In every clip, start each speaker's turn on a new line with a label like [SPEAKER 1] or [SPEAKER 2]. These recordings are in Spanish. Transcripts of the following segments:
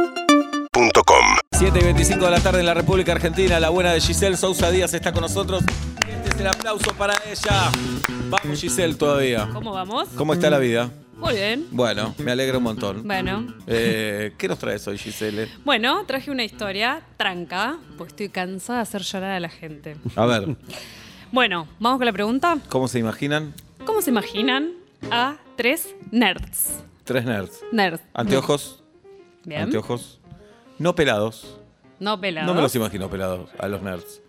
[SPEAKER 1] UrbanaPlayFM.com
[SPEAKER 2] 7 y 25 de la tarde en la República Argentina, la buena de Giselle Sousa Díaz está con nosotros. Este es el aplauso para ella. Vamos Giselle todavía.
[SPEAKER 3] ¿Cómo vamos?
[SPEAKER 2] ¿Cómo está la vida?
[SPEAKER 3] Muy bien.
[SPEAKER 2] Bueno, me alegra un montón.
[SPEAKER 3] Bueno.
[SPEAKER 2] Eh, ¿Qué nos traes hoy Giselle?
[SPEAKER 3] Bueno, traje una historia tranca, porque estoy cansada de hacer llorar a la gente.
[SPEAKER 2] A ver,
[SPEAKER 3] Bueno, vamos con la pregunta.
[SPEAKER 2] ¿cómo se imaginan?
[SPEAKER 3] ¿Cómo se imaginan a tres nerds?
[SPEAKER 2] Tres nerds.
[SPEAKER 3] Nerds.
[SPEAKER 2] Anteojos.
[SPEAKER 3] Bien.
[SPEAKER 2] Anteojos. No pelados.
[SPEAKER 3] No pelados.
[SPEAKER 2] No me los imagino pelados a los nerds.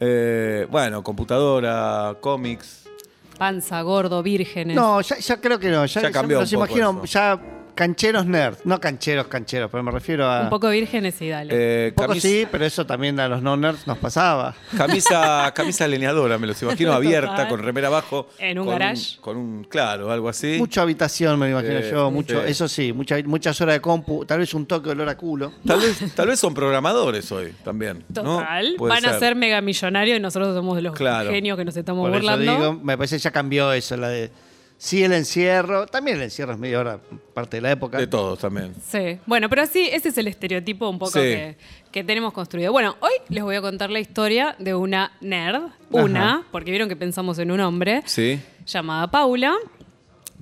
[SPEAKER 2] Eh, bueno, computadora, cómics.
[SPEAKER 3] Panza, gordo, vírgenes.
[SPEAKER 4] No, ya, ya creo que no. Ya,
[SPEAKER 2] Ya
[SPEAKER 4] ya
[SPEAKER 2] cambió
[SPEAKER 4] me los
[SPEAKER 2] un poco
[SPEAKER 4] imagino
[SPEAKER 2] eso.
[SPEAKER 4] ya cancheros nerds. No cancheros, cancheros, pero me refiero a.
[SPEAKER 3] Un poco vírgenes y dale.
[SPEAKER 2] Eh,
[SPEAKER 4] un poco
[SPEAKER 2] camis-
[SPEAKER 4] sí, pero eso también a los no nerds nos pasaba.
[SPEAKER 2] Camisa, camisa leñadora, me los imagino abierta,
[SPEAKER 3] Total.
[SPEAKER 2] con remera abajo.
[SPEAKER 3] En un
[SPEAKER 2] con
[SPEAKER 3] garage.
[SPEAKER 2] con un, claro, algo así.
[SPEAKER 4] Mucha habitación, me lo imagino
[SPEAKER 2] Sí,
[SPEAKER 4] yo. Mucho,
[SPEAKER 2] sí.
[SPEAKER 4] Eso sí, mucha- muchas horas de compu, tal vez un toque de olor a culo.
[SPEAKER 2] Tal vez, tal vez son programadores hoy también. ¿no?
[SPEAKER 3] Total.
[SPEAKER 2] Puede
[SPEAKER 3] Van a ser megamillonarios y nosotros somos los
[SPEAKER 2] Claro.
[SPEAKER 3] genios que nos estamos
[SPEAKER 4] Por eso
[SPEAKER 3] burlando.
[SPEAKER 4] digo, me parece que ya cambió eso, la de. Sí, el encierro. También el encierro es medio ahora parte de la época.
[SPEAKER 2] De todos también.
[SPEAKER 3] Sí, bueno, pero sí, ese es el estereotipo un poco
[SPEAKER 2] Sí.
[SPEAKER 3] que, que tenemos construido. Bueno, hoy les voy a contar la historia de una nerd, una, porque vieron que pensamos en un hombre,
[SPEAKER 2] Sí.
[SPEAKER 3] llamada Paula,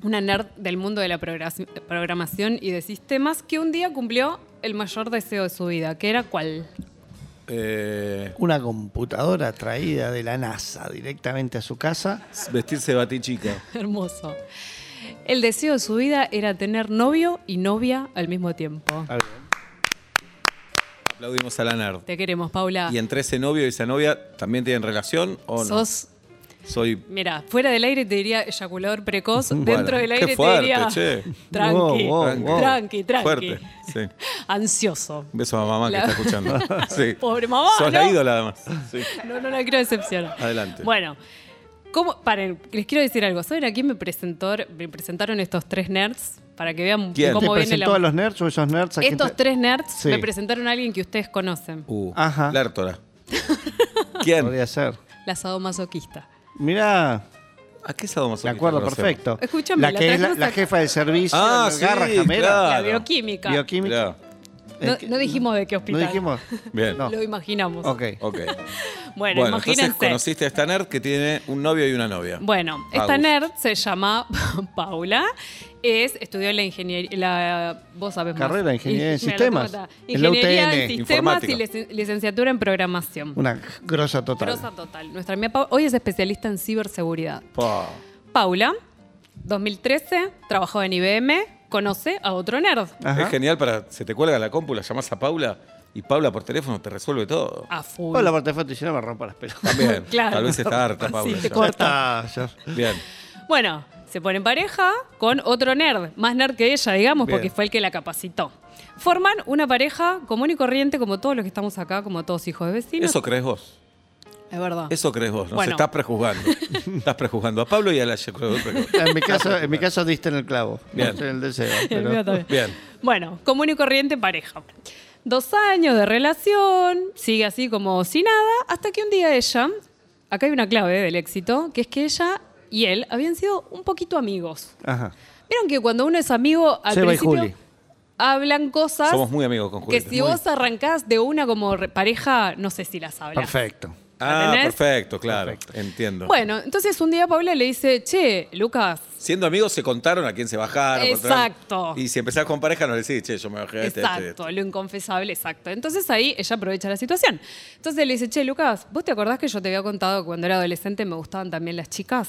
[SPEAKER 3] una nerd del mundo de la progras- programación y de sistemas, que un día cumplió el mayor deseo de su vida, que era cuál.
[SPEAKER 2] Eh,
[SPEAKER 4] Una computadora traída de la NASA directamente a su casa.
[SPEAKER 2] vestirse de batichica.
[SPEAKER 3] Hermoso. El deseo de su vida era tener novio y novia al mismo tiempo.
[SPEAKER 2] Ah.
[SPEAKER 4] A ver.
[SPEAKER 2] Aplaudimos a la nerd.
[SPEAKER 3] Te queremos, Paula.
[SPEAKER 2] Y entre ese novio y esa novia, ¿también tienen relación o no?
[SPEAKER 3] Sos
[SPEAKER 2] Soy
[SPEAKER 3] Mira, fuera del aire te diría eyaculador precoz, dentro del
[SPEAKER 2] qué
[SPEAKER 3] aire
[SPEAKER 2] fuerte,
[SPEAKER 3] te diría
[SPEAKER 2] che.
[SPEAKER 3] tranqui,
[SPEAKER 4] Wow, wow,
[SPEAKER 2] Oh, wow.
[SPEAKER 3] tranqui, tranqui,
[SPEAKER 2] fuerte. Sí.
[SPEAKER 3] ansioso.
[SPEAKER 2] Un beso a mamá
[SPEAKER 3] La-
[SPEAKER 2] que está escuchando. Sí.
[SPEAKER 3] Pobre mamá,
[SPEAKER 2] Sos la
[SPEAKER 3] ¿no?
[SPEAKER 2] ídola además. Sí.
[SPEAKER 3] No, no la quiero decepcionar.
[SPEAKER 2] Adelante.
[SPEAKER 3] Bueno, ¿cómo, paren, les quiero decir algo. ¿Saben a quién me, presentó, me presentaron estos tres nerds? Para que vean
[SPEAKER 2] ¿Quién?
[SPEAKER 3] cómo
[SPEAKER 4] ¿Te
[SPEAKER 3] viene
[SPEAKER 4] presentó
[SPEAKER 3] la...
[SPEAKER 4] a los nerds o esos nerds? a quién
[SPEAKER 3] Estos
[SPEAKER 4] te-
[SPEAKER 3] tres nerds
[SPEAKER 4] Sí.
[SPEAKER 3] me presentaron a alguien que ustedes conocen,
[SPEAKER 2] Uh,
[SPEAKER 4] Ajá.
[SPEAKER 2] Lártora. ¿Quién?
[SPEAKER 4] Podría ser.
[SPEAKER 3] la sadomasoquista.
[SPEAKER 4] Mirá,
[SPEAKER 2] ¿A qué estamos
[SPEAKER 4] me acuerdo perfecto.
[SPEAKER 3] Escúchame,
[SPEAKER 4] la
[SPEAKER 3] la
[SPEAKER 4] que es la,
[SPEAKER 3] trajimos
[SPEAKER 4] la
[SPEAKER 3] acá.
[SPEAKER 4] jefa de servicio,
[SPEAKER 2] Ah,
[SPEAKER 4] la garra
[SPEAKER 2] sí,
[SPEAKER 4] jamera,
[SPEAKER 2] claro.
[SPEAKER 3] La bioquímica.
[SPEAKER 4] bioquímica.
[SPEAKER 2] Mirá.
[SPEAKER 3] No, no dijimos de qué
[SPEAKER 4] ¿No
[SPEAKER 3] hospital.
[SPEAKER 4] dijimos?
[SPEAKER 2] Bien.
[SPEAKER 4] No.
[SPEAKER 3] Lo imaginamos.
[SPEAKER 4] Ok.
[SPEAKER 2] Ok.
[SPEAKER 3] Bueno,
[SPEAKER 2] Bueno, entonces
[SPEAKER 3] imagínense.
[SPEAKER 2] conociste a esta nerd que tiene un novio y una novia.
[SPEAKER 3] Bueno, esta
[SPEAKER 2] Agus.
[SPEAKER 3] nerd se llama Paula. Es, estudió la ingeniería, la, vos sabés más.
[SPEAKER 4] Carrera de ingeniería en
[SPEAKER 3] Ing- me la
[SPEAKER 4] sistemas.
[SPEAKER 3] tengo acá.
[SPEAKER 4] En la
[SPEAKER 3] Ingeniería
[SPEAKER 4] UTN.
[SPEAKER 3] en sistemas y
[SPEAKER 2] Informática.
[SPEAKER 3] lic- licenciatura en programación.
[SPEAKER 4] Una grosa total.
[SPEAKER 3] Grosa total. Nuestra amiga Pau- hoy es especialista en ciberseguridad.
[SPEAKER 2] Pa.
[SPEAKER 3] Paula, 2013, trabajó en IBM, conoce a otro nerd.
[SPEAKER 4] Ajá.
[SPEAKER 2] Es genial para. Se te cuelga la compu, la llamás a Paula y Paula por teléfono te resuelve todo.
[SPEAKER 3] A full.
[SPEAKER 4] Hola, parte de foto y yo no me rompo las pelotas.
[SPEAKER 2] Bien.
[SPEAKER 3] Ah, claro.
[SPEAKER 2] Tal vez está harta,
[SPEAKER 3] Sí,
[SPEAKER 2] Paula. ya.
[SPEAKER 3] te
[SPEAKER 4] Ya
[SPEAKER 3] corta.
[SPEAKER 4] está, ya.
[SPEAKER 2] Bien.
[SPEAKER 3] Bueno, se pone en pareja con otro nerd, más nerd que ella, digamos,
[SPEAKER 4] Bien.
[SPEAKER 3] porque fue el que la capacitó. Forman una pareja común y corriente, como todos los que estamos acá, como todos hijos de vecinos.
[SPEAKER 2] Eso crees vos.
[SPEAKER 3] es verdad.
[SPEAKER 2] Eso crees vos. Nos
[SPEAKER 3] Bueno.
[SPEAKER 2] estás prejuzgando. estás prejuzgando a Pablo y a la Bien.
[SPEAKER 4] En mi caso, en mi caso diste en el clavo.
[SPEAKER 2] Bien.
[SPEAKER 4] Diste en el deseo.
[SPEAKER 3] El
[SPEAKER 4] pero-
[SPEAKER 3] mío también. Bueno, común y corriente pareja. Dos años de relación, sigue así como si nada, hasta que un día ella, acá hay una clave del éxito, que es que ella y él habían sido un poquito amigos.
[SPEAKER 4] Ajá.
[SPEAKER 3] Vieron que cuando uno es amigo, al
[SPEAKER 4] Seba y
[SPEAKER 3] principio
[SPEAKER 4] Juli.
[SPEAKER 3] hablan cosas
[SPEAKER 2] Somos muy amigos con
[SPEAKER 3] Que
[SPEAKER 2] Julieta.
[SPEAKER 3] si
[SPEAKER 2] Muy-
[SPEAKER 3] vos arrancás de una como re- pareja, no sé si las hablas.
[SPEAKER 4] Perfecto.
[SPEAKER 2] Ah,
[SPEAKER 3] ¿entendés?
[SPEAKER 2] perfecto, claro. Entiendo.
[SPEAKER 3] Bueno, entonces un día Paula le dice, che, Lucas,
[SPEAKER 2] Siendo amigos se contaron a quién se bajaron. por atrás.
[SPEAKER 3] Exacto.
[SPEAKER 2] Y si empezás con pareja no le decís, che, yo me bajé a este, a este, a este.
[SPEAKER 3] exacto, lo inconfesable, exacto. Entonces ahí ella aprovecha la situación. Entonces le dice, che, Lucas, ¿vos te acordás que yo te había contado que cuando era adolescente me gustaban también las chicas?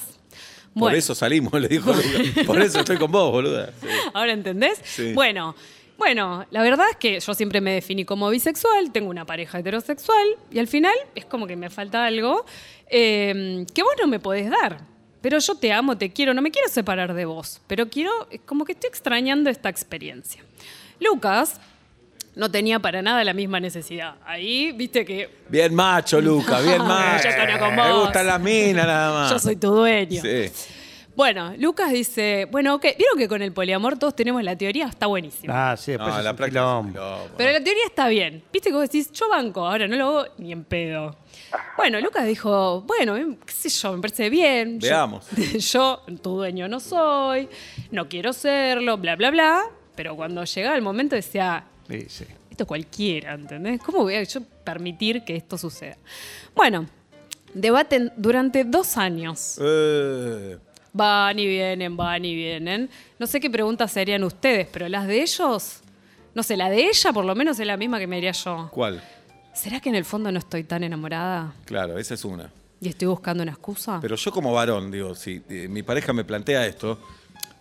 [SPEAKER 2] Por eso salimos, le dijo. Luca. Por eso estoy con vos, boluda. Sí.
[SPEAKER 3] ¿Ahora entendés?
[SPEAKER 2] Sí.
[SPEAKER 3] Bueno, bueno, la verdad es que yo siempre me definí como bisexual, tengo una pareja heterosexual y al final es como que me falta algo eh, que vos no me podés dar. Pero yo te amo, te quiero, no me quiero separar de vos, pero quiero, es como que estoy extrañando esta experiencia. Lucas no tenía para nada la misma necesidad. Ahí, viste que
[SPEAKER 2] Bien macho, Luca, bien
[SPEAKER 3] Ay,
[SPEAKER 2] macho.
[SPEAKER 3] yo estoy con
[SPEAKER 2] Me
[SPEAKER 3] vos.
[SPEAKER 2] gustan las minas nada más.
[SPEAKER 3] yo soy tu dueño.
[SPEAKER 2] Ah. Sí.
[SPEAKER 3] Bueno, Lucas dice, bueno, ok, vieron que con el poliamor todos tenemos la teoría, está buenísimo.
[SPEAKER 4] Ah, sí, después
[SPEAKER 2] No,
[SPEAKER 4] es
[SPEAKER 2] la
[SPEAKER 4] un
[SPEAKER 2] práctica. es un
[SPEAKER 4] quilombo.
[SPEAKER 2] quilombo.
[SPEAKER 3] Pero la teoría está bien. Viste que vos decís, yo banco, ahora no lo hago ni en pedo. Bueno, Lucas dijo, bueno, eh, qué sé yo, me parece bien. Yo-
[SPEAKER 2] Veamos.
[SPEAKER 3] Yo, tu dueño no soy, no quiero serlo, bla, bla, bla. Pero cuando llegaba el momento decía,
[SPEAKER 4] Sí, sí.
[SPEAKER 3] esto cualquiera, ¿entendés? ¿Cómo voy a yo permitir que esto suceda? Bueno, debaten durante dos años.
[SPEAKER 2] Eh,
[SPEAKER 3] Van y vienen, van y vienen. No sé qué preguntas serían ustedes, pero las de ellos, no sé, la de ella por lo menos es la misma que me haría yo.
[SPEAKER 2] ¿Cuál?
[SPEAKER 3] ¿Será que en el fondo no estoy tan enamorada
[SPEAKER 2] Claro, esa es una.
[SPEAKER 3] y estoy buscando una excusa?
[SPEAKER 2] Pero yo como varón, digo, si eh, mi pareja me plantea esto,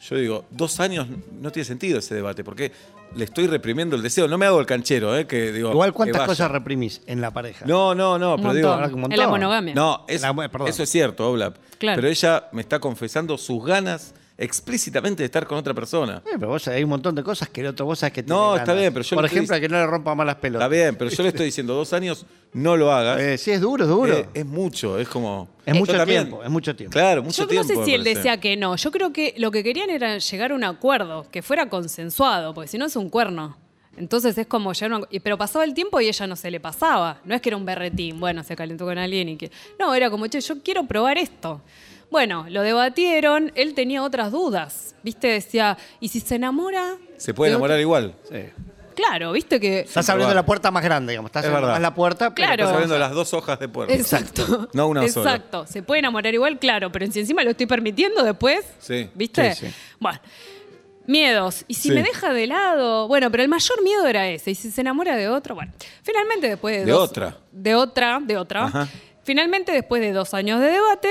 [SPEAKER 2] yo digo, dos años no tiene sentido ese debate, porque le estoy reprimiendo el deseo. No me hago el canchero, ¿eh? Que digo,
[SPEAKER 4] Igual,
[SPEAKER 2] que
[SPEAKER 4] ¿cuántas
[SPEAKER 2] vaya.
[SPEAKER 4] cosas reprimís en la pareja?
[SPEAKER 2] No, no, no,
[SPEAKER 3] Un
[SPEAKER 2] pero digo, ah,
[SPEAKER 3] montón.
[SPEAKER 4] ahora que un
[SPEAKER 3] En la
[SPEAKER 4] montón.
[SPEAKER 3] monogamia.
[SPEAKER 2] No, es-
[SPEAKER 4] La mu- perdón.
[SPEAKER 2] eso es cierto, Oblap.
[SPEAKER 3] Claro.
[SPEAKER 2] Pero ella me está confesando sus ganas explícitamente de estar con otra persona.
[SPEAKER 4] Eh, pero vos sabés, hay un montón de cosas que el otro vos sabés que tiene
[SPEAKER 2] No,
[SPEAKER 4] ganas.
[SPEAKER 2] está bien, pero yo
[SPEAKER 4] Por
[SPEAKER 2] le estoy
[SPEAKER 4] ejemplo, a que no le rompa malas
[SPEAKER 2] Está
[SPEAKER 4] pelotas.
[SPEAKER 2] bien, pero yo le estoy diciendo dos años, no lo hagas.
[SPEAKER 4] Eh, sí, es duro, es duro.
[SPEAKER 2] Eh, es mucho, es como.
[SPEAKER 4] Es
[SPEAKER 2] Yo
[SPEAKER 4] mucho tiempo, es mucho tiempo.
[SPEAKER 2] Claro, mucho
[SPEAKER 3] Yo
[SPEAKER 2] tiempo.
[SPEAKER 3] no sé
[SPEAKER 2] me
[SPEAKER 3] si él
[SPEAKER 2] parece.
[SPEAKER 3] decía que no. Yo creo que lo que querían era llegar a un acuerdo, que fuera consensuado, porque si no es un cuerno. Entonces es como llegar a un... y- Pero pasaba el tiempo y ella no se le pasaba. No es que era un berretín, bueno, se calentó con alguien y que... No, era como, che, yo quiero probar esto. Bueno, lo debatieron, él tenía otras dudas, ¿viste? Decía, ¿y si se enamora?
[SPEAKER 2] Se puede
[SPEAKER 3] de otro-?
[SPEAKER 2] enamorar igual.
[SPEAKER 4] Sí.
[SPEAKER 3] Claro, ¿viste que...
[SPEAKER 4] Estás abriendo la puerta más grande, digamos. Estás
[SPEAKER 2] Es
[SPEAKER 4] abriendo
[SPEAKER 2] verdad.
[SPEAKER 4] más la puerta. pero
[SPEAKER 3] Claro.
[SPEAKER 2] Estás
[SPEAKER 4] estás
[SPEAKER 2] abriendo las dos hojas de puerta.
[SPEAKER 3] Exacto.
[SPEAKER 2] No una
[SPEAKER 3] Exacto.
[SPEAKER 2] sola.
[SPEAKER 3] Se puede enamorar igual, claro, pero si encima lo estoy permitiendo después,
[SPEAKER 2] Sí.
[SPEAKER 3] ¿viste?
[SPEAKER 4] Sí, sí.
[SPEAKER 3] Bueno, miedos. ¿Y si
[SPEAKER 2] Sí.
[SPEAKER 3] me deja de lado? Bueno, pero el mayor miedo era ese. ¿Y si se enamora de otro? Bueno, finalmente después de...
[SPEAKER 2] De
[SPEAKER 3] dos-
[SPEAKER 2] otra.
[SPEAKER 3] De otra, de otra.
[SPEAKER 2] Ajá.
[SPEAKER 3] Finalmente, después de dos años de debate,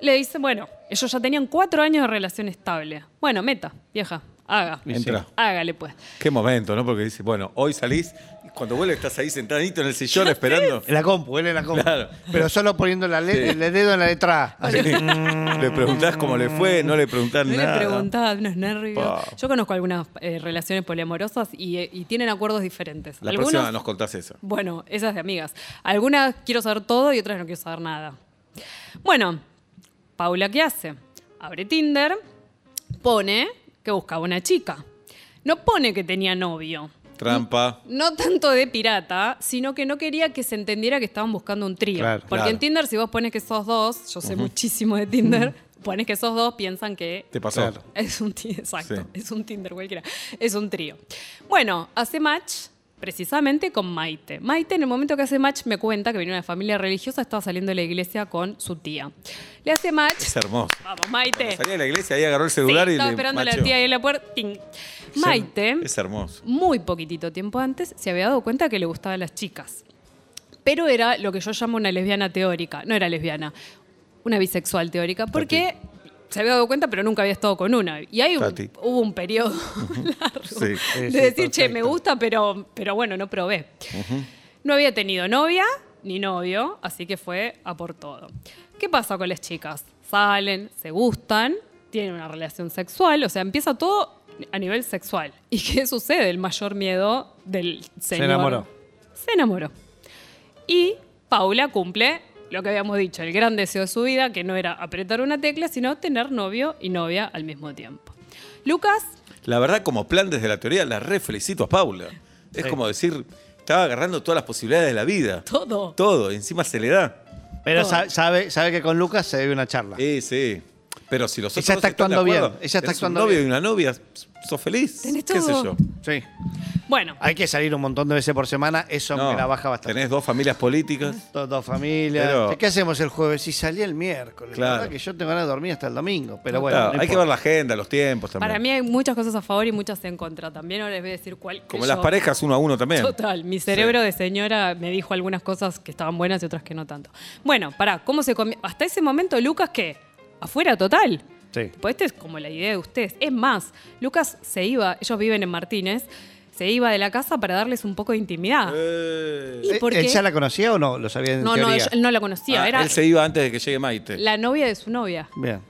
[SPEAKER 3] le dice, bueno, ellos ya tenían cuatro años de relación estable. Bueno, meta, vieja, haga.
[SPEAKER 2] Entra.
[SPEAKER 3] Hágale pues.
[SPEAKER 2] Qué momento, ¿no? Porque dice, bueno, hoy salís y cuando vuelves estás ahí sentadito en el sillón esperando.
[SPEAKER 4] En la compu, él en la compu.
[SPEAKER 2] Claro.
[SPEAKER 4] Pero solo poniendo la le-
[SPEAKER 2] Sí.
[SPEAKER 4] el dedo en la letra A. Así.
[SPEAKER 2] Sí. Le preguntás cómo le fue, no le preguntás
[SPEAKER 3] No
[SPEAKER 2] nada.
[SPEAKER 3] le preguntaba, unos nervios.
[SPEAKER 2] Pa.
[SPEAKER 3] Yo conozco algunas eh, relaciones poliamorosas y, eh, y tienen acuerdos diferentes.
[SPEAKER 2] La
[SPEAKER 3] Algunos-
[SPEAKER 2] próxima nos contás eso.
[SPEAKER 3] Bueno, esas de amigas. Algunas quiero saber todo y otras no quiero saber nada. Bueno, Paula, ¿qué hace? Abre Tinder, pone que buscaba una chica. No pone que tenía novio.
[SPEAKER 2] Trampa.
[SPEAKER 3] No tanto de pirata, sino que no quería que se entendiera que estaban buscando un trío.
[SPEAKER 4] Claro,
[SPEAKER 3] Porque
[SPEAKER 2] claro.
[SPEAKER 3] en Tinder, si vos pones que sos dos, yo sé muchísimo de Tinder, pones que sos dos, piensan que
[SPEAKER 2] Te pasó.
[SPEAKER 4] Claro.
[SPEAKER 3] es un ti- exacto,
[SPEAKER 2] Sí.
[SPEAKER 3] es un Tinder cualquiera, es un trío. Bueno, hace match precisamente con Maite. Maite en el momento que hace match me cuenta que venía de una familia religiosa, estaba saliendo de la iglesia con su tía. Le hace match.
[SPEAKER 2] Es hermoso.
[SPEAKER 3] Vamos, Maite.
[SPEAKER 2] Salí de la iglesia, ahí agarró el
[SPEAKER 3] Sí,
[SPEAKER 2] celular y
[SPEAKER 3] estaba
[SPEAKER 2] le
[SPEAKER 3] esperando a la
[SPEAKER 2] macheó.
[SPEAKER 3] tía ahí en la puerta. ting. Maite,
[SPEAKER 2] Es hermoso.
[SPEAKER 3] muy poquitito tiempo antes, se había dado cuenta que le gustaban las chicas. Pero era lo que yo llamo una lesbiana teórica. No era lesbiana, una bisexual teórica. Porque se había dado cuenta, pero nunca había estado con una. Y ahí hubo-
[SPEAKER 2] Tati.
[SPEAKER 3] hubo un periodo largo
[SPEAKER 2] Sí, sí,
[SPEAKER 3] de
[SPEAKER 4] sí,
[SPEAKER 3] decir, che,
[SPEAKER 4] perfecto.
[SPEAKER 3] me gusta, pero, pero bueno, no probé. No había tenido novia ni novio, así que fue a por todo. ¿Qué pasa con las chicas? Salen, se gustan, tienen una relación sexual, o sea, empieza todo a nivel sexual. ¿Y qué sucede? El mayor miedo del señor.
[SPEAKER 4] enamoró.
[SPEAKER 3] Se enamoró. Y Paula cumple lo que habíamos dicho, el gran deseo de su vida, que no era apretar una tecla, sino tener novio y novia al mismo tiempo. Lucas,
[SPEAKER 2] La verdad, como plan desde la teoría, la re felicito a Paula. Es
[SPEAKER 4] Sí.
[SPEAKER 2] como decir, estaba agarrando todas las posibilidades de la vida.
[SPEAKER 3] todo.
[SPEAKER 2] Todo, encima se le da.
[SPEAKER 4] Pero
[SPEAKER 3] Todo.
[SPEAKER 4] sa- sabe, sabe que con Lucas se debe una charla.
[SPEAKER 2] Sí, sí. Pero si los otros
[SPEAKER 4] Ella está
[SPEAKER 2] dos están de
[SPEAKER 4] actuando bien,
[SPEAKER 2] acuerdo,
[SPEAKER 4] ella está
[SPEAKER 2] tenés
[SPEAKER 4] actuando
[SPEAKER 2] un novio
[SPEAKER 4] bien.
[SPEAKER 2] y una novia, sos feliz.
[SPEAKER 3] Tenés
[SPEAKER 2] ¿Qué sé
[SPEAKER 3] todo.
[SPEAKER 2] yo?
[SPEAKER 4] Sí.
[SPEAKER 3] Bueno,
[SPEAKER 4] Hay que salir un montón de veces por semana. Eso me la baja bastante.
[SPEAKER 2] Tenés dos familias políticas.
[SPEAKER 4] Dos, dos familias.
[SPEAKER 2] Pero-
[SPEAKER 4] ¿Qué hacemos el jueves? Si salí el miércoles.
[SPEAKER 2] Claro.
[SPEAKER 4] La verdad que yo tengo ganas de dormir hasta el domingo. Pero bueno.
[SPEAKER 2] Claro,
[SPEAKER 4] no
[SPEAKER 2] Ah, hay que
[SPEAKER 4] importa.
[SPEAKER 2] ver la agenda, los tiempos también.
[SPEAKER 3] para mí hay muchas cosas a favor y muchas en contra. También ahora les voy a decir cuál. que
[SPEAKER 2] como las
[SPEAKER 3] yo-
[SPEAKER 2] parejas uno a uno también.
[SPEAKER 3] Total, mi cerebro de señora me dijo algunas cosas que estaban buenas y otras que no tanto. Bueno, pará, ¿cómo se comi- Hasta ese momento, Lucas, ¿qué? Afuera total.
[SPEAKER 4] Sí.
[SPEAKER 3] Pues esta es como la idea de ustedes. Es más, Lucas se iba, ellos viven en Martínez, se iba de la casa para darles un poco de intimidad.
[SPEAKER 2] Eh.
[SPEAKER 3] ¿Y por
[SPEAKER 4] ¿E-, ¿Él
[SPEAKER 3] qué?
[SPEAKER 4] ya la conocía o no? ¿Lo sabía en
[SPEAKER 3] no, no,
[SPEAKER 4] teoría?
[SPEAKER 3] ella- él no la conocía,
[SPEAKER 2] Ah,
[SPEAKER 3] era
[SPEAKER 2] Él se iba antes de que llegue Maite.
[SPEAKER 3] la novia de su novia.
[SPEAKER 4] Bien.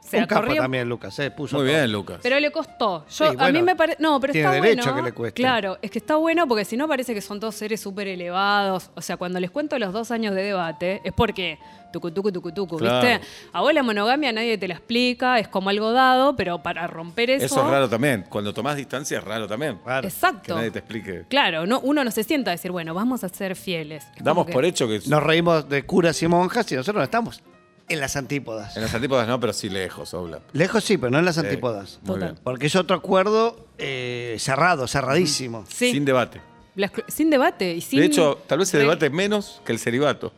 [SPEAKER 3] Se
[SPEAKER 4] un capo
[SPEAKER 3] corría-
[SPEAKER 4] también, Lucas. eh, puso
[SPEAKER 2] Muy
[SPEAKER 4] todo.
[SPEAKER 2] bien, Lucas.
[SPEAKER 3] Pero le costó. Yo,
[SPEAKER 4] Sí,
[SPEAKER 3] a mí
[SPEAKER 4] bueno,
[SPEAKER 3] me parece. No, pero
[SPEAKER 4] tiene
[SPEAKER 3] está
[SPEAKER 4] derecho
[SPEAKER 3] bueno.
[SPEAKER 4] a que le cueste.
[SPEAKER 3] Claro, es que está bueno porque si no parece que son todos seres súper elevados. O sea, cuando les cuento los dos años de debate, es porque tucu, tucu, tucu, tucu,
[SPEAKER 2] Claro.
[SPEAKER 3] ¿viste? A vos la monogamia nadie te la explica, es como algo dado, pero para romper eso.
[SPEAKER 2] eso es raro también. Cuando tomás distancia es raro también.
[SPEAKER 4] Claro.
[SPEAKER 2] Que
[SPEAKER 3] Exacto.
[SPEAKER 2] nadie te explique.
[SPEAKER 3] Claro, no, uno no se sienta a decir, bueno, vamos a ser fieles. Es como
[SPEAKER 2] Damos
[SPEAKER 3] que-
[SPEAKER 2] por hecho que
[SPEAKER 4] Nos reímos de curas y monjas y nosotros no estamos. en las antípodas.
[SPEAKER 2] En las antípodas no, pero sí lejos, Oblap.
[SPEAKER 4] Lejos sí, pero no en las
[SPEAKER 2] Eh,
[SPEAKER 4] antípodas.
[SPEAKER 2] Muy
[SPEAKER 3] Total.
[SPEAKER 2] bien.
[SPEAKER 4] Porque es otro acuerdo eh, cerrado, cerradísimo.
[SPEAKER 3] Sí.
[SPEAKER 2] Sin debate.
[SPEAKER 3] Las cl- sin debate y sin.
[SPEAKER 2] de hecho, tal vez se
[SPEAKER 3] re-
[SPEAKER 2] debate menos que el celibato.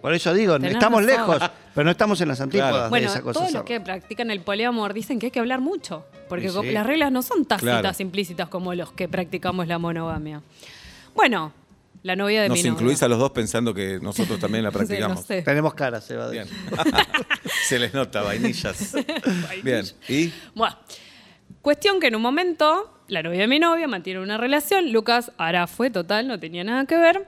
[SPEAKER 4] Por eso digo,
[SPEAKER 3] Tenés
[SPEAKER 4] estamos
[SPEAKER 3] razón.
[SPEAKER 4] lejos, pero no estamos en las antípodas
[SPEAKER 2] Claro.
[SPEAKER 4] de
[SPEAKER 3] Bueno,
[SPEAKER 4] esa cosa.
[SPEAKER 3] todos los
[SPEAKER 4] cerrada.
[SPEAKER 3] que practican el poliamor dicen que hay que hablar mucho, porque
[SPEAKER 4] Sí,
[SPEAKER 3] co-
[SPEAKER 4] sí.
[SPEAKER 3] las reglas no son tácitas
[SPEAKER 2] Claro.
[SPEAKER 3] implícitas como los que practicamos la monogamia. Bueno, la novia de mi
[SPEAKER 2] Nos
[SPEAKER 3] novio.
[SPEAKER 2] incluís a los dos pensando que nosotros también la
[SPEAKER 3] Sí, no
[SPEAKER 2] practicamos.
[SPEAKER 3] sé.
[SPEAKER 4] Tenemos cara, Seba. de
[SPEAKER 2] Bien.
[SPEAKER 4] eso.
[SPEAKER 2] se les nota, vainillas. Bien. ¿Y?
[SPEAKER 3] Bueno, cuestión que en un momento la novia de mi novia mantiene una relación, Lucas ahora fue total, no tenía nada que ver.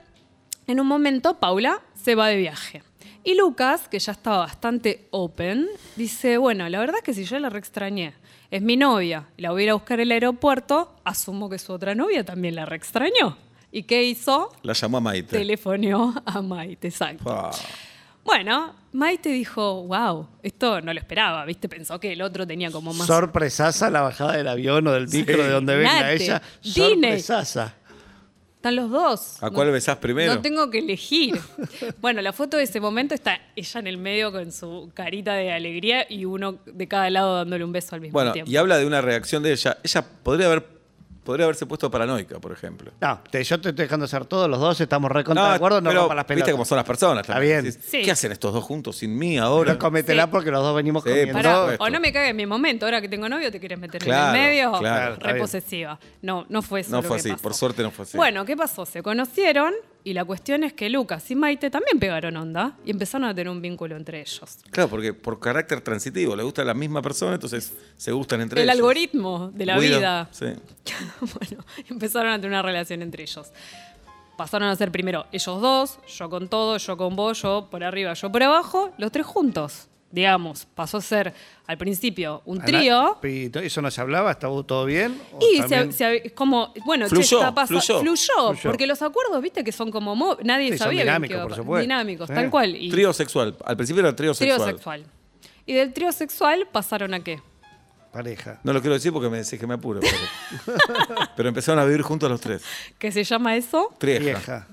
[SPEAKER 3] En un momento Paula se va de viaje. Y Lucas, que ya estaba bastante open, dice, bueno, la verdad es que si yo la re extrañé, es mi novia, la voy a ir a buscar al aeropuerto, asumo que su otra novia también la re extrañó. ¿Y qué hizo?
[SPEAKER 2] La llamó a Maite. Ah.
[SPEAKER 3] Telefoneó a Maite, exacto.
[SPEAKER 2] Pa.
[SPEAKER 3] Bueno, Maite dijo, wow, esto no lo esperaba, ¿viste? Pensó que el otro tenía como más...
[SPEAKER 4] Sorpresaza la bajada del avión o del micro de donde venga
[SPEAKER 3] Nate,
[SPEAKER 4] ella.
[SPEAKER 3] Dine.
[SPEAKER 4] Sorpresaza.
[SPEAKER 3] Están los dos.
[SPEAKER 2] ¿A cuál besás primero?
[SPEAKER 3] No tengo que elegir. Bueno, la foto de ese momento está ella en el medio con su carita de alegría y uno de cada lado dándole un beso al mismo
[SPEAKER 2] Bueno,
[SPEAKER 3] tiempo.
[SPEAKER 2] y habla de una reacción de ella. Ella podría haber podría haberse puesto paranoica, por ejemplo.
[SPEAKER 4] No, te- yo te estoy dejando hacer todos los dos, estamos re contra de acuerdo, no
[SPEAKER 2] pero
[SPEAKER 4] rompa las pelotas.
[SPEAKER 2] Viste cómo son las personas.
[SPEAKER 4] Está
[SPEAKER 2] también.
[SPEAKER 4] bien.
[SPEAKER 2] Decís,
[SPEAKER 3] Sí.
[SPEAKER 2] ¿Qué hacen estos dos juntos sin mí ahora?
[SPEAKER 4] Pero cometela
[SPEAKER 3] Sí.
[SPEAKER 4] porque los dos venimos
[SPEAKER 2] Sí,
[SPEAKER 4] comiendo.
[SPEAKER 2] por
[SPEAKER 3] Pará,
[SPEAKER 2] supuesto.
[SPEAKER 3] o no me cague en mi momento, ahora que tengo novio te quieres meter
[SPEAKER 2] Claro,
[SPEAKER 3] en el medio,
[SPEAKER 2] claro,
[SPEAKER 4] está bien.
[SPEAKER 3] reposesiva. No, no fue eso.
[SPEAKER 2] No
[SPEAKER 3] lo
[SPEAKER 2] fue
[SPEAKER 3] que
[SPEAKER 2] así,
[SPEAKER 3] pasó.
[SPEAKER 2] por suerte no fue así.
[SPEAKER 3] Bueno, ¿qué pasó? Se conocieron y la cuestión es que Lucas y Maite también pegaron onda y empezaron a tener un vínculo entre ellos.
[SPEAKER 2] Claro, porque por carácter transitivo, le gusta la misma persona, entonces se gustan entre
[SPEAKER 3] El
[SPEAKER 2] ellos.
[SPEAKER 3] algoritmo de la
[SPEAKER 2] Guido,
[SPEAKER 3] vida.
[SPEAKER 2] Sí.
[SPEAKER 3] bueno, empezaron a tener una relación entre ellos. Pasaron a ser primero ellos dos, yo con todo, yo con vos, yo por arriba, yo por abajo, los tres juntos. Digamos, pasó a ser al principio un trío.
[SPEAKER 4] Y no- ¿Eso no se hablaba? ¿Estaba todo bien? ¿O
[SPEAKER 3] Y se,
[SPEAKER 4] también-
[SPEAKER 3] se- como, bueno, che,
[SPEAKER 2] Fluyó,
[SPEAKER 3] está pasa-
[SPEAKER 2] fluyó.
[SPEAKER 4] Fluyó.
[SPEAKER 3] porque los acuerdos, viste, que son como, mo- nadie
[SPEAKER 4] Sí, son
[SPEAKER 3] sabía bien
[SPEAKER 4] dinámicos,
[SPEAKER 3] qué iba a
[SPEAKER 4] por
[SPEAKER 3] pasar.
[SPEAKER 4] supuesto.
[SPEAKER 3] Dinámicos,
[SPEAKER 4] Sí.
[SPEAKER 3] tal cual. Y
[SPEAKER 2] Trío sexual. Al principio era trío
[SPEAKER 3] trío
[SPEAKER 2] sexual.
[SPEAKER 3] sexual. Y del trío sexual pasaron a qué?
[SPEAKER 4] Pareja.
[SPEAKER 2] No lo quiero decir porque me decís que me apuro. Pero, pero empezaron a vivir juntos los tres.
[SPEAKER 3] ¿Qué se llama eso?
[SPEAKER 2] Trieja.
[SPEAKER 4] Vieja.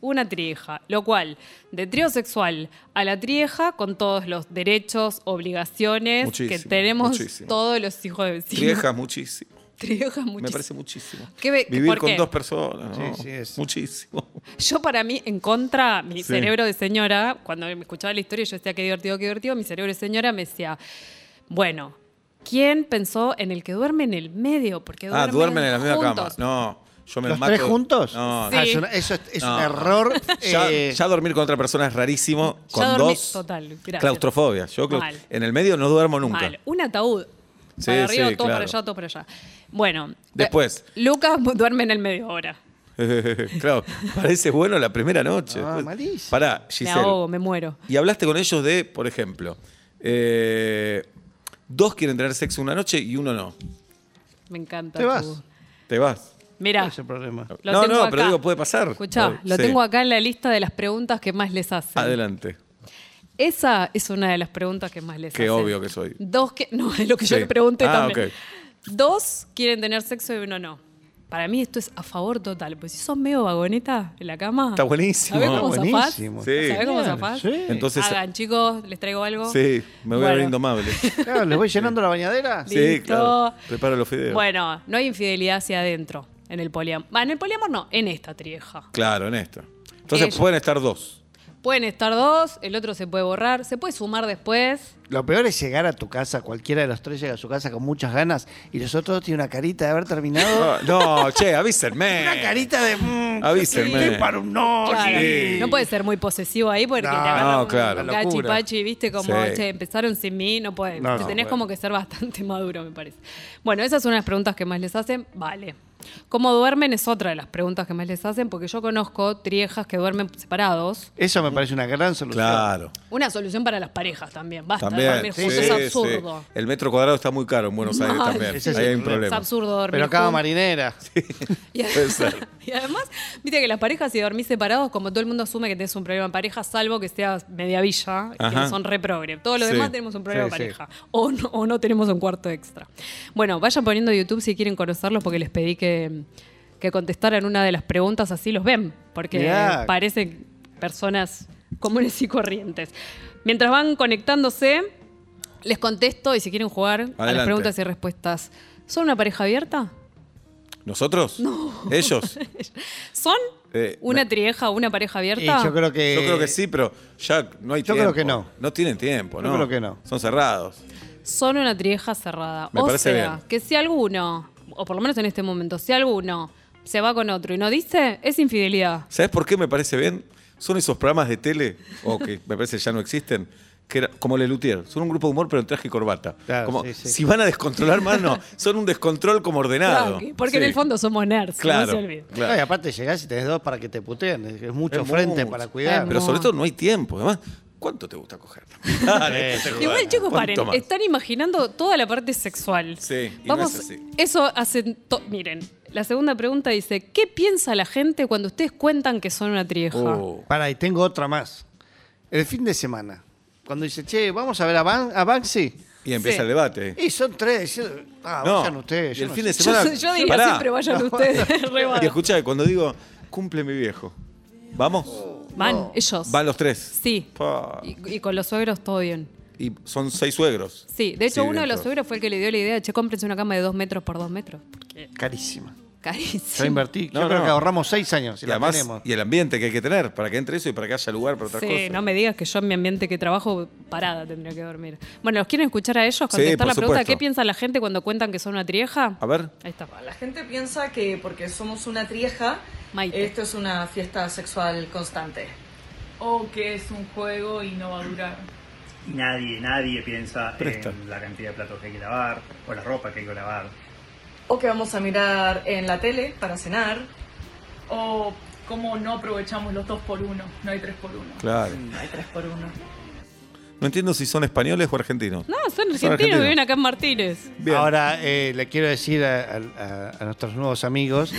[SPEAKER 3] una trieja, lo cual, de trío sexual a la trieja, con todos los derechos, obligaciones que
[SPEAKER 2] Muchísimo,
[SPEAKER 3] tenemos
[SPEAKER 2] muchísimo.
[SPEAKER 3] todos los hijos de vecinos.
[SPEAKER 2] Trieja muchísimo.
[SPEAKER 3] Trieja
[SPEAKER 2] Me
[SPEAKER 3] muchísimo.
[SPEAKER 2] parece muchísimo.
[SPEAKER 3] ¿Qué ve-
[SPEAKER 2] Vivir
[SPEAKER 3] por
[SPEAKER 2] con
[SPEAKER 3] qué?
[SPEAKER 2] dos personas. ¿no?
[SPEAKER 4] Sí, sí, es-
[SPEAKER 2] Muchísimo.
[SPEAKER 3] Yo para mí, en contra, mi
[SPEAKER 2] Sí.
[SPEAKER 3] cerebro de señora, cuando me escuchaba la historia, yo decía, qué divertido, qué divertido, mi cerebro de señora me decía, bueno, ¿quién pensó en el que duerme en el medio? Porque
[SPEAKER 2] Ah,
[SPEAKER 3] duermen,
[SPEAKER 2] duermen en la misma cama.
[SPEAKER 3] juntos.
[SPEAKER 2] No, yo me
[SPEAKER 4] ¿Los
[SPEAKER 2] mato.
[SPEAKER 4] tres juntos?
[SPEAKER 2] No,
[SPEAKER 3] Sí.
[SPEAKER 4] Ah, es una- eso es, es un
[SPEAKER 2] No.
[SPEAKER 4] error.
[SPEAKER 2] Ya,
[SPEAKER 4] eh,
[SPEAKER 2] ya dormir con otra persona es rarísimo. Con
[SPEAKER 3] dormí-
[SPEAKER 2] dos.
[SPEAKER 3] total, gracias.
[SPEAKER 2] Claustrofobia. Yo clau-
[SPEAKER 3] Mal.
[SPEAKER 2] en el medio no duermo nunca.
[SPEAKER 3] Mal, un ataúd.
[SPEAKER 2] Sí,
[SPEAKER 3] para arriba,
[SPEAKER 2] sí,
[SPEAKER 3] todo para
[SPEAKER 2] claro.
[SPEAKER 3] allá, todo para allá. Bueno.
[SPEAKER 2] Después.
[SPEAKER 3] eh, Lucas duerme en el medio ahora.
[SPEAKER 2] claro, parece bueno la primera noche.
[SPEAKER 4] Ah, malísimo.
[SPEAKER 2] Pará,
[SPEAKER 3] Me
[SPEAKER 2] Giselle.
[SPEAKER 3] ahogo, me muero.
[SPEAKER 2] Y hablaste con ellos de, por ejemplo, eh, dos quieren tener sexo una noche y uno no.
[SPEAKER 3] Me encanta.
[SPEAKER 4] Te vas.
[SPEAKER 2] Te vas.
[SPEAKER 4] ¿Cuál
[SPEAKER 3] Mira,
[SPEAKER 4] es el problema?
[SPEAKER 3] lo
[SPEAKER 2] no,
[SPEAKER 3] tengo
[SPEAKER 2] no,
[SPEAKER 3] acá.
[SPEAKER 2] pero digo, puede pasar.
[SPEAKER 3] escuchá,
[SPEAKER 2] Puede-
[SPEAKER 3] lo
[SPEAKER 2] sí.
[SPEAKER 3] tengo acá en la lista de las preguntas que más les hacen.
[SPEAKER 2] Adelante.
[SPEAKER 3] Esa es una de las preguntas que más les
[SPEAKER 2] Qué
[SPEAKER 3] hacen.
[SPEAKER 2] obvio que soy.
[SPEAKER 3] Dos que. No, es lo que yo
[SPEAKER 2] Sí.
[SPEAKER 3] le pregunté
[SPEAKER 2] Ah,
[SPEAKER 3] también.
[SPEAKER 2] ok.
[SPEAKER 3] Dos quieren tener sexo y uno no. Para mí esto es a favor total. Pues si sos medio vagoneta en la cama.
[SPEAKER 2] Está buenísimo.
[SPEAKER 3] ¿Sabés cómo
[SPEAKER 4] Está
[SPEAKER 3] zafás?
[SPEAKER 4] buenísimo.
[SPEAKER 2] Sí.
[SPEAKER 3] ¿Sabés cómo
[SPEAKER 4] Claro,
[SPEAKER 3] zafás?
[SPEAKER 4] sí.
[SPEAKER 2] Entonces- eh,
[SPEAKER 3] Hagan, chicos, les traigo algo.
[SPEAKER 2] Sí, me voy a ver
[SPEAKER 3] Bueno.
[SPEAKER 2] indomable. sí,
[SPEAKER 4] Claro, ¿Les voy llenando la bañadera?
[SPEAKER 3] Sí. Listo.
[SPEAKER 2] claro. Preparo los fideos.
[SPEAKER 3] Bueno, no hay infidelidad hacia adentro en el poliamor. En el poliamor no, en esta trieja.
[SPEAKER 2] Claro, en esto. Entonces
[SPEAKER 3] Ella.
[SPEAKER 2] pueden estar dos.
[SPEAKER 3] Pueden estar dos, el otro se puede borrar, se puede sumar después.
[SPEAKER 4] Lo peor es llegar a tu casa, cualquiera de los tres llega a su casa con muchas ganas y los otros dos tienen una carita de haber terminado.
[SPEAKER 2] No, Ah, no, che, avísenme.
[SPEAKER 4] una carita de. mm,
[SPEAKER 2] Eh. Avísenme.
[SPEAKER 4] estoy para un no.
[SPEAKER 3] Claro,
[SPEAKER 4] sí.
[SPEAKER 3] No puede ser muy posesivo ahí porque
[SPEAKER 4] No,
[SPEAKER 3] te agarran
[SPEAKER 2] Oh, no,
[SPEAKER 3] un
[SPEAKER 2] claro.
[SPEAKER 3] gachi
[SPEAKER 4] Locura.
[SPEAKER 3] pachi, viste, como,
[SPEAKER 2] Sí.
[SPEAKER 3] che, empezaron sin mí, no pueden.
[SPEAKER 4] No,
[SPEAKER 3] Te
[SPEAKER 4] no
[SPEAKER 3] tenés
[SPEAKER 2] pueden.
[SPEAKER 3] como que ser bastante maduro, me parece. Bueno, esas son las preguntas que más les hacen. Vale. ¿Cómo duermen? Es otra de las preguntas que más les hacen, porque yo conozco triejas que duermen separados.
[SPEAKER 4] Eso me parece una gran solución.
[SPEAKER 2] Claro.
[SPEAKER 3] Una solución para las parejas también. Basta de
[SPEAKER 2] También.
[SPEAKER 3] dormir juntos,
[SPEAKER 2] sí,
[SPEAKER 3] es
[SPEAKER 2] sí.
[SPEAKER 3] absurdo.
[SPEAKER 2] El metro cuadrado está muy caro en Buenos Aires
[SPEAKER 3] Mal.
[SPEAKER 2] también.
[SPEAKER 4] Ese es
[SPEAKER 2] Ahí hay
[SPEAKER 4] el
[SPEAKER 2] un
[SPEAKER 4] problema.
[SPEAKER 3] Es
[SPEAKER 2] problema.
[SPEAKER 3] absurdo dormir.
[SPEAKER 4] Pero acaba
[SPEAKER 3] juntos.
[SPEAKER 4] marinera.
[SPEAKER 3] Y, ad-
[SPEAKER 2] Puede ser.
[SPEAKER 3] y además, viste que las parejas, si dormís separados, como todo el mundo asume que tenés un problema en pareja, salvo que seas media villa,
[SPEAKER 2] Ajá.
[SPEAKER 3] que son re progre. Todos los
[SPEAKER 2] Sí.
[SPEAKER 3] demás tenemos un problema
[SPEAKER 4] Sí,
[SPEAKER 3] en
[SPEAKER 4] sí.
[SPEAKER 3] pareja. O, no, o no tenemos un cuarto extra. Bueno, vayan poniendo YouTube si quieren conocerlos, porque les pedí que, que contestaran una de las preguntas, así los ven. Porque
[SPEAKER 4] Mirá.
[SPEAKER 3] parecen personas comunes y corrientes. Mientras van conectándose, les contesto y si quieren jugar a
[SPEAKER 2] Adelante.
[SPEAKER 3] las preguntas y respuestas. ¿Son una pareja abierta?
[SPEAKER 2] ¿Nosotros? No. ¿Ellos?
[SPEAKER 3] ¿Son
[SPEAKER 2] Eh,
[SPEAKER 3] una
[SPEAKER 2] me-
[SPEAKER 3] trieja o una pareja
[SPEAKER 4] Y
[SPEAKER 3] abierta?
[SPEAKER 4] yo creo que.
[SPEAKER 2] Yo creo que sí, pero ya no hay
[SPEAKER 4] Eh, Yo
[SPEAKER 2] tiempo.
[SPEAKER 4] creo que no.
[SPEAKER 2] No tienen tiempo,
[SPEAKER 4] Yo
[SPEAKER 2] ¿no?
[SPEAKER 4] creo que no.
[SPEAKER 2] Son cerrados.
[SPEAKER 3] Son una trieja cerrada.
[SPEAKER 2] Me
[SPEAKER 3] o
[SPEAKER 2] parece
[SPEAKER 3] sea,
[SPEAKER 2] bien.
[SPEAKER 3] que si alguno, o por lo menos en este momento, si alguno se va con otro y no dice, es infidelidad.
[SPEAKER 2] ¿Sabes por qué me parece bien? Son esos programas de tele, o que me parece ya no existen, que era, como Le Luthier. Son un grupo de humor, pero en traje y corbata.
[SPEAKER 4] Claro,
[SPEAKER 2] como,
[SPEAKER 4] sí, sí.
[SPEAKER 2] Si van a descontrolar más, no. Son un descontrol como ordenado.
[SPEAKER 3] Tranqui, porque en
[SPEAKER 2] Sí.
[SPEAKER 3] el fondo somos nerds, no
[SPEAKER 2] Claro,
[SPEAKER 3] se olviden.
[SPEAKER 2] claro.
[SPEAKER 4] No, y aparte llegás y tenés dos para que te puteen. Es es mucho
[SPEAKER 2] Es
[SPEAKER 4] frente
[SPEAKER 2] mucho.
[SPEAKER 4] para cuidar.
[SPEAKER 2] Pero
[SPEAKER 3] No.
[SPEAKER 2] sobre todo no hay tiempo. Además, ¿cuánto te gusta coger? Dale,
[SPEAKER 4] Sí,
[SPEAKER 2] jodas.
[SPEAKER 3] Igual, chicos,
[SPEAKER 2] ¿Cuánto
[SPEAKER 3] paren,
[SPEAKER 2] más?
[SPEAKER 3] están imaginando toda la parte sexual.
[SPEAKER 2] Sí, y no
[SPEAKER 3] Vamos,
[SPEAKER 2] es así.
[SPEAKER 3] eso hacen. to- Miren, la segunda pregunta dice: ¿Qué piensa la gente cuando ustedes cuentan que son una trieja?
[SPEAKER 2] Oh.
[SPEAKER 4] Pará, y tengo otra más. El fin de semana. Cuando dice, che, vamos a ver a, Ban- a Banksy.
[SPEAKER 2] Y empieza
[SPEAKER 3] Sí.
[SPEAKER 2] el debate.
[SPEAKER 4] Y son tres. y- Ah, vayan ustedes.
[SPEAKER 2] y
[SPEAKER 4] yo
[SPEAKER 2] el
[SPEAKER 4] no
[SPEAKER 2] fin
[SPEAKER 4] sé.
[SPEAKER 2] de
[SPEAKER 3] Yo,
[SPEAKER 2] semana.
[SPEAKER 3] yo diría
[SPEAKER 2] pará.
[SPEAKER 3] siempre vayan ustedes. re van.
[SPEAKER 2] Y escuchá, que cuando digo, cumple mi viejo. ¿Vamos?
[SPEAKER 3] Van, ellos.
[SPEAKER 2] Van los tres.
[SPEAKER 3] Sí.
[SPEAKER 2] Pa.
[SPEAKER 3] Y, y con los suegros todo bien.
[SPEAKER 2] Y son seis suegros.
[SPEAKER 3] Sí, de hecho,
[SPEAKER 2] Sí,
[SPEAKER 3] uno de los
[SPEAKER 2] dentro.
[SPEAKER 3] suegros fue el que le dio la idea: che, cómprense una cama de dos metros por dos metros. Porque
[SPEAKER 4] Carísima. Yo
[SPEAKER 3] carísimo.
[SPEAKER 4] invertí.
[SPEAKER 2] No,
[SPEAKER 4] yo creo
[SPEAKER 2] no.
[SPEAKER 4] que ahorramos seis años. Y,
[SPEAKER 2] Y
[SPEAKER 4] la
[SPEAKER 2] además,
[SPEAKER 4] tenemos.
[SPEAKER 2] y el ambiente que hay que tener para que entre eso y para que haya lugar para otras
[SPEAKER 3] Sí,
[SPEAKER 2] cosas.
[SPEAKER 3] no me digas que yo en mi ambiente que trabajo parada tendría que dormir. Bueno, ¿los quieren escuchar a ellos?
[SPEAKER 2] Sí,
[SPEAKER 3] Contestar
[SPEAKER 2] por
[SPEAKER 3] la pregunta,
[SPEAKER 2] supuesto. Ah.
[SPEAKER 3] ¿qué piensa la gente cuando cuentan que son una trieja?
[SPEAKER 2] A ver,
[SPEAKER 3] Ahí está.
[SPEAKER 1] La gente piensa que porque somos una trieja,
[SPEAKER 3] Maite.
[SPEAKER 1] esto es una fiesta sexual constante.
[SPEAKER 5] o que es un juego y no va a durar.
[SPEAKER 6] Nadie, nadie piensa
[SPEAKER 2] Presta.
[SPEAKER 6] en la cantidad de platos que hay que lavar o la ropa que hay que lavar.
[SPEAKER 1] O que vamos a mirar en la tele para cenar.
[SPEAKER 5] O cómo no aprovechamos los dos por uno, no hay tres por uno.
[SPEAKER 2] claro.
[SPEAKER 1] No hay tres por uno.
[SPEAKER 2] No entiendo si son españoles o argentinos.
[SPEAKER 3] No, son
[SPEAKER 2] Son
[SPEAKER 3] argentinos,
[SPEAKER 2] argentinos.
[SPEAKER 3] viven acá en Martínez.
[SPEAKER 2] Bien.
[SPEAKER 4] Ahora eh, le quiero decir a, a- a- a nuestros nuevos amigos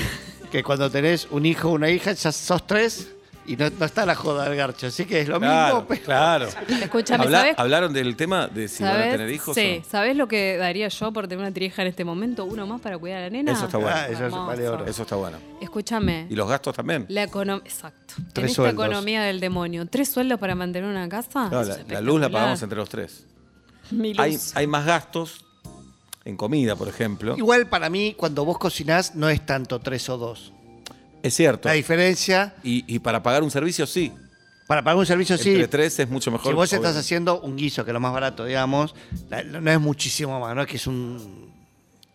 [SPEAKER 4] que cuando tenés un hijo o una hija, ya sos tres y no, no está la joda del garcho. Así que es lo
[SPEAKER 2] claro,
[SPEAKER 4] mismo. pero-
[SPEAKER 2] claro.
[SPEAKER 3] Escúchame,
[SPEAKER 2] Habla-
[SPEAKER 3] ¿sabes?
[SPEAKER 2] ¿Hablaron del tema de si van a
[SPEAKER 3] ¿Sabes?
[SPEAKER 2] tener hijos?
[SPEAKER 3] sí,
[SPEAKER 2] o
[SPEAKER 3] ¿sabés lo que daría yo por tener una trieja en este momento? Uno más para cuidar a la nena.
[SPEAKER 2] Eso está bueno.
[SPEAKER 4] Ah, eso es-
[SPEAKER 3] Hermoso.
[SPEAKER 4] vale oro.
[SPEAKER 2] no? Eso está bueno.
[SPEAKER 3] Escúchame.
[SPEAKER 2] ¿Y los gastos también?
[SPEAKER 3] La economía. Exacto. en
[SPEAKER 4] Tres
[SPEAKER 3] esta
[SPEAKER 4] sueldos.
[SPEAKER 3] economía del demonio. ¿Tres sueldos para mantener una casa?
[SPEAKER 2] Claro,
[SPEAKER 3] Eso
[SPEAKER 2] la, la
[SPEAKER 3] es
[SPEAKER 2] luz la
[SPEAKER 3] espectacular.
[SPEAKER 2] pagamos entre los tres.
[SPEAKER 3] Mi
[SPEAKER 2] Hay,
[SPEAKER 3] luz.
[SPEAKER 2] hay más gastos en comida, por ejemplo.
[SPEAKER 4] Igual para mí, cuando vos cocinás, no es tanto tres o dos.
[SPEAKER 2] Es cierto.
[SPEAKER 4] La diferencia,
[SPEAKER 2] Y, y para pagar un servicio, sí.
[SPEAKER 4] para pagar un servicio, sí.
[SPEAKER 2] Entre tres es mucho mejor.
[SPEAKER 4] Si vos estás
[SPEAKER 2] obviamente.
[SPEAKER 4] haciendo un guiso, que es lo más barato, digamos, la- no es muchísimo más, no es que es un,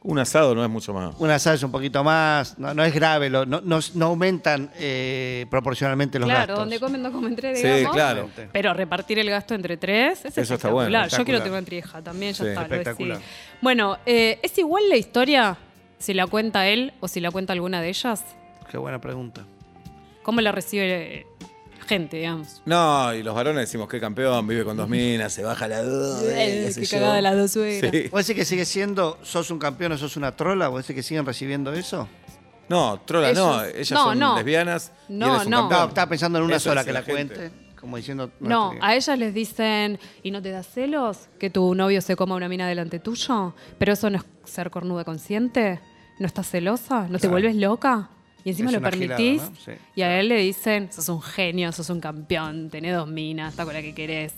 [SPEAKER 2] Un asado no es mucho más.
[SPEAKER 4] un asado es un poquito más, no, no es grave, lo- no, no- no aumentan eh, proporcionalmente los
[SPEAKER 3] claro,
[SPEAKER 4] gastos.
[SPEAKER 3] donde comen no comen tres,
[SPEAKER 2] Sí,
[SPEAKER 3] digamos.
[SPEAKER 2] claro.
[SPEAKER 3] Pero repartir el gasto entre tres es
[SPEAKER 2] Eso está
[SPEAKER 3] espectacular.
[SPEAKER 2] bueno,
[SPEAKER 3] Yo quiero
[SPEAKER 4] espectacular.
[SPEAKER 3] tener una trieja también, ya
[SPEAKER 2] Sí,
[SPEAKER 3] está. lo
[SPEAKER 4] espectacular.
[SPEAKER 3] decidí. Bueno, eh, ¿es igual la historia si la cuenta él o si la cuenta alguna de ellas?
[SPEAKER 4] Qué buena pregunta.
[SPEAKER 3] ¿Cómo la recibe eh, la gente, digamos?
[SPEAKER 2] No, y los varones decimos, qué campeón, vive con dos minas, se baja la duda.
[SPEAKER 3] Eh, qué cagada las dos suegras.
[SPEAKER 2] Sí.
[SPEAKER 4] ¿Vos decís que sigue siendo, sos un campeón o sos una trola? ¿Vos decís que siguen recibiendo eso?
[SPEAKER 2] No, trola no,
[SPEAKER 3] Ellos-
[SPEAKER 2] ellas
[SPEAKER 3] no,
[SPEAKER 2] son
[SPEAKER 3] no.
[SPEAKER 2] lesbianas. y
[SPEAKER 3] No,
[SPEAKER 2] él es un
[SPEAKER 3] no.
[SPEAKER 2] campeón.
[SPEAKER 4] No, estaba pensando en una
[SPEAKER 2] Eso
[SPEAKER 4] sola
[SPEAKER 2] dice
[SPEAKER 4] que la,
[SPEAKER 2] gente.
[SPEAKER 4] cuente, como diciendo...
[SPEAKER 3] No,
[SPEAKER 4] estoy bien.
[SPEAKER 3] a ellas les dicen, ¿y no te da celos que tu novio se coma una mina delante tuyo? ¿Pero eso no es ser cornuda consciente? ¿No estás celosa? ¿No te
[SPEAKER 4] Claro.
[SPEAKER 3] vuelves loca? Y encima
[SPEAKER 4] Es
[SPEAKER 3] lo
[SPEAKER 4] una gilada,
[SPEAKER 3] permitís.
[SPEAKER 4] ¿no? Sí.
[SPEAKER 3] Y a él le dicen, sos un genio, sos un campeón, tenés dos minas, está con la que querés.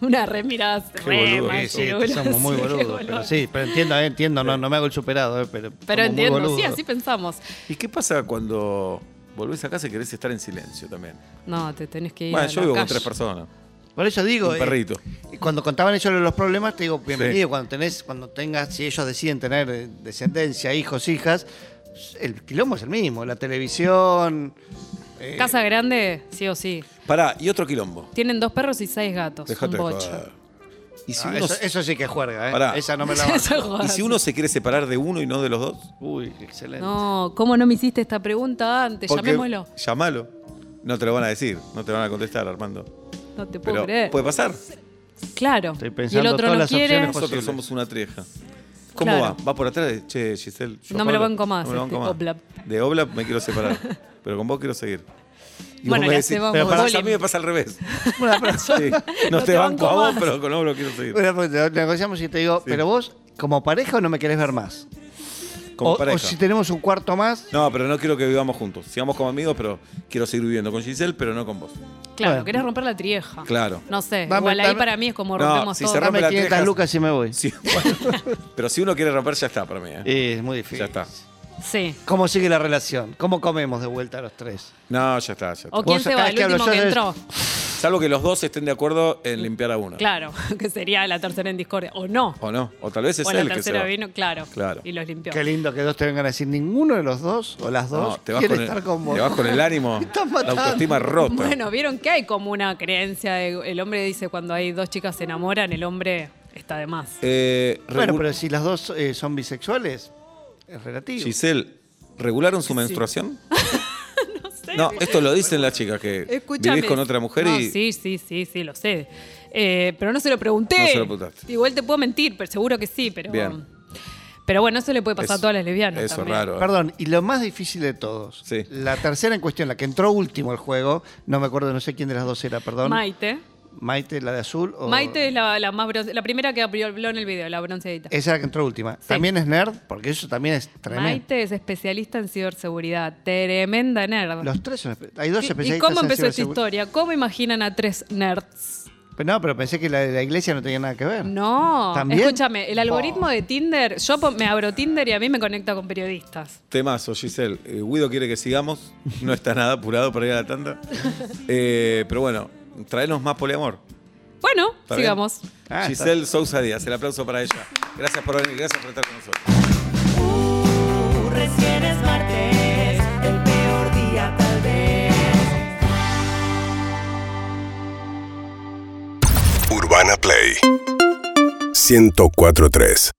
[SPEAKER 3] Una re mirada re
[SPEAKER 2] boludo.
[SPEAKER 3] más
[SPEAKER 4] Sí, sí,
[SPEAKER 3] boludo,
[SPEAKER 4] somos muy
[SPEAKER 3] sí, re
[SPEAKER 4] boludos.
[SPEAKER 3] boludo.
[SPEAKER 4] Pero sí, pero entiendo, eh, entiendo, no, no me hago el superado, eh, pero.
[SPEAKER 3] Pero
[SPEAKER 4] somos muy
[SPEAKER 3] entiendo, sí,
[SPEAKER 4] boludos.
[SPEAKER 3] así pensamos.
[SPEAKER 2] ¿Y qué pasa cuando volvés a casa y querés estar en silencio también?
[SPEAKER 3] No, te tenés que ir
[SPEAKER 2] Bueno,
[SPEAKER 3] a
[SPEAKER 2] yo
[SPEAKER 3] la
[SPEAKER 2] vivo con
[SPEAKER 3] calle.
[SPEAKER 2] tres personas.
[SPEAKER 4] Por eso digo.
[SPEAKER 2] Un
[SPEAKER 4] eh,
[SPEAKER 2] perrito.
[SPEAKER 4] cuando contaban ellos los problemas, te digo, bienvenido, cuando tenés, cuando tengas, si ellos deciden tener eh, descendencia, hijos, hijas, el quilombo es el mismo, la televisión. eh,
[SPEAKER 3] Casa grande, sí o sí.
[SPEAKER 2] Pará, y otro quilombo.
[SPEAKER 3] Tienen dos perros y seis gatos.
[SPEAKER 2] Dejate
[SPEAKER 3] un
[SPEAKER 2] de
[SPEAKER 3] bocho.
[SPEAKER 2] joder. Y si,
[SPEAKER 4] ah,
[SPEAKER 2] uno,
[SPEAKER 4] eso, eso sí que juerga, ¿eh?
[SPEAKER 2] Pará.
[SPEAKER 4] Esa no me la
[SPEAKER 3] Eso es
[SPEAKER 4] banco.
[SPEAKER 3] joda,
[SPEAKER 2] y si uno se quiere separar de uno y no de los dos,
[SPEAKER 4] Uy, excelente.
[SPEAKER 3] No, ¿cómo no me hiciste esta pregunta antes?
[SPEAKER 2] Porque-
[SPEAKER 3] Llamémoslo.
[SPEAKER 2] Llamalo. No te lo van a decir, no te van a contestar, Armando.
[SPEAKER 3] No te puedo
[SPEAKER 2] Pero pues,
[SPEAKER 3] creer.
[SPEAKER 2] puede pasar.
[SPEAKER 3] claro. y
[SPEAKER 4] Estoy
[SPEAKER 3] el
[SPEAKER 4] pensando
[SPEAKER 3] otro
[SPEAKER 4] todas
[SPEAKER 3] no
[SPEAKER 4] las
[SPEAKER 3] quiere.
[SPEAKER 4] opciones
[SPEAKER 2] Nosotros
[SPEAKER 4] Posible.
[SPEAKER 2] somos una trieja. ¿Cómo
[SPEAKER 3] Claro.
[SPEAKER 2] va? ¿Va por atrás? de, Che, Giselle. yo
[SPEAKER 3] No me lo
[SPEAKER 2] Pablo,
[SPEAKER 3] banco más,
[SPEAKER 2] no me lo banco
[SPEAKER 3] este
[SPEAKER 2] más.
[SPEAKER 3] Oblap.
[SPEAKER 2] De Oblap me quiero separar. pero con vos quiero seguir. Y
[SPEAKER 3] Bueno,
[SPEAKER 2] vos me
[SPEAKER 3] le
[SPEAKER 2] decís-
[SPEAKER 3] hacemos
[SPEAKER 2] pero para-
[SPEAKER 3] bullying.
[SPEAKER 2] a mí me pasa al revés.
[SPEAKER 4] Una pre-
[SPEAKER 2] Sí, No,
[SPEAKER 3] No
[SPEAKER 2] te
[SPEAKER 3] te
[SPEAKER 2] banco,
[SPEAKER 3] banco
[SPEAKER 2] a vos,
[SPEAKER 3] más.
[SPEAKER 2] pero con Oblap quiero seguir.
[SPEAKER 4] una pre- te- negociamos y te digo, pero vos, como pareja, no me querés ver más.
[SPEAKER 2] Como
[SPEAKER 4] O- o,
[SPEAKER 2] pareja.
[SPEAKER 4] si tenemos un cuarto más,
[SPEAKER 2] No, pero no quiero que vivamos juntos. Sigamos como amigos, pero quiero seguir viviendo con Giselle, pero no con vos.
[SPEAKER 3] Claro,
[SPEAKER 4] Bueno.
[SPEAKER 3] querés romper la trieja.
[SPEAKER 2] Claro.
[SPEAKER 3] No sé,
[SPEAKER 4] Dame-
[SPEAKER 3] igual ahí
[SPEAKER 4] dame-
[SPEAKER 3] para mí es como
[SPEAKER 2] No,
[SPEAKER 3] rompemos
[SPEAKER 2] si
[SPEAKER 3] todo.
[SPEAKER 2] se rompe-
[SPEAKER 4] Dame
[SPEAKER 2] la
[SPEAKER 4] 500
[SPEAKER 2] teja.
[SPEAKER 4] lucas y me voy.
[SPEAKER 2] Sí, bueno. Pero si uno quiere romper, ya está para mí. ¿eh?
[SPEAKER 4] Y es muy difícil.
[SPEAKER 2] Ya está.
[SPEAKER 3] Sí.
[SPEAKER 4] ¿Cómo sigue la relación? ¿Cómo comemos de vuelta a los tres?
[SPEAKER 2] No, ya está, ya está.
[SPEAKER 3] ¿O quién
[SPEAKER 4] Vos
[SPEAKER 3] se va?
[SPEAKER 4] cada vez
[SPEAKER 3] El
[SPEAKER 4] que hablo
[SPEAKER 3] último
[SPEAKER 4] yo
[SPEAKER 3] que
[SPEAKER 4] es-
[SPEAKER 3] entró.
[SPEAKER 2] Salvo que los dos estén de acuerdo en limpiar a uno.
[SPEAKER 3] Claro, que sería la tercera en discordia. O no.
[SPEAKER 2] O no. O tal vez es
[SPEAKER 3] o la
[SPEAKER 2] él que se
[SPEAKER 3] tercera
[SPEAKER 2] va.
[SPEAKER 3] vino, claro,
[SPEAKER 2] Claro.
[SPEAKER 3] Y los limpió.
[SPEAKER 4] Qué lindo que dos te vengan a decir ninguno de los dos o las
[SPEAKER 2] No,
[SPEAKER 4] dos
[SPEAKER 2] te vas,
[SPEAKER 4] quiere
[SPEAKER 2] con el,
[SPEAKER 4] estar con vos.
[SPEAKER 2] te vas con el ánimo.
[SPEAKER 4] estás
[SPEAKER 2] la
[SPEAKER 4] matando.
[SPEAKER 2] autoestima
[SPEAKER 4] pues.
[SPEAKER 2] rota.
[SPEAKER 3] Bueno, vieron que hay como una creencia de- el hombre dice cuando hay dos chicas se enamoran, el hombre está de más.
[SPEAKER 2] Eh,
[SPEAKER 4] Bueno,
[SPEAKER 2] regu-
[SPEAKER 4] pero si las dos eh, son bisexuales, es relativo.
[SPEAKER 2] Giselle, ¿regularon su menstruación? no, esto lo dicen las chicas que
[SPEAKER 3] Escúchame.
[SPEAKER 2] vivís con otra mujer
[SPEAKER 3] No,
[SPEAKER 2] y.
[SPEAKER 3] Sí, sí, sí, sí, lo sé. Eh, pero no se lo pregunté.
[SPEAKER 2] No se lo preguntaste.
[SPEAKER 3] Igual te puedo mentir, pero seguro que sí, pero.
[SPEAKER 2] Bien.
[SPEAKER 3] Pero bueno, eso le puede pasar
[SPEAKER 2] Es-
[SPEAKER 3] a todas las lesbianas.
[SPEAKER 2] Eso es
[SPEAKER 3] también.
[SPEAKER 2] raro.
[SPEAKER 4] Perdón, y lo más difícil de todos.
[SPEAKER 2] Sí.
[SPEAKER 4] La tercera en cuestión, la que entró último al juego, no me acuerdo, no sé quién de las dos era, perdón. Oh.
[SPEAKER 3] Maite.
[SPEAKER 4] Maite, la de azul. O...
[SPEAKER 3] Maite es la, la más bron- la primera que habló en el video, la bronceadita.
[SPEAKER 4] Esa era la que entró última. También es nerd, porque eso también es tremendo.
[SPEAKER 3] Maite es especialista en ciberseguridad. Tremenda nerd.
[SPEAKER 4] Los tres son espe- Hay dos
[SPEAKER 3] ¿Y-
[SPEAKER 4] especialistas.
[SPEAKER 3] ¿Y cómo
[SPEAKER 4] en
[SPEAKER 3] empezó esta
[SPEAKER 4] cibersegu-
[SPEAKER 3] historia? ¿Cómo imaginan a tres nerds?
[SPEAKER 4] Pero no, pero pensé que la de la iglesia no tenía nada que ver.
[SPEAKER 3] No,
[SPEAKER 4] ¿También?
[SPEAKER 3] escúchame, el algoritmo de Tinder, yo po- me abro Tinder y a mí me conecta con periodistas.
[SPEAKER 2] Temazo, Giselle. Eh, Guido quiere que sigamos. No está nada apurado para ir a la tanda. Eh, pero bueno, traenos más poliamor.
[SPEAKER 3] Bueno,
[SPEAKER 2] ¿Está bien?
[SPEAKER 3] sigamos.
[SPEAKER 4] Ah, está.
[SPEAKER 2] Giselle Sousa Díaz, el aplauso para ella. Gracias por venir, gracias por estar con nosotros.
[SPEAKER 7] Uh, recién es martes, el peor día tal vez.
[SPEAKER 8] Urbana Play 1043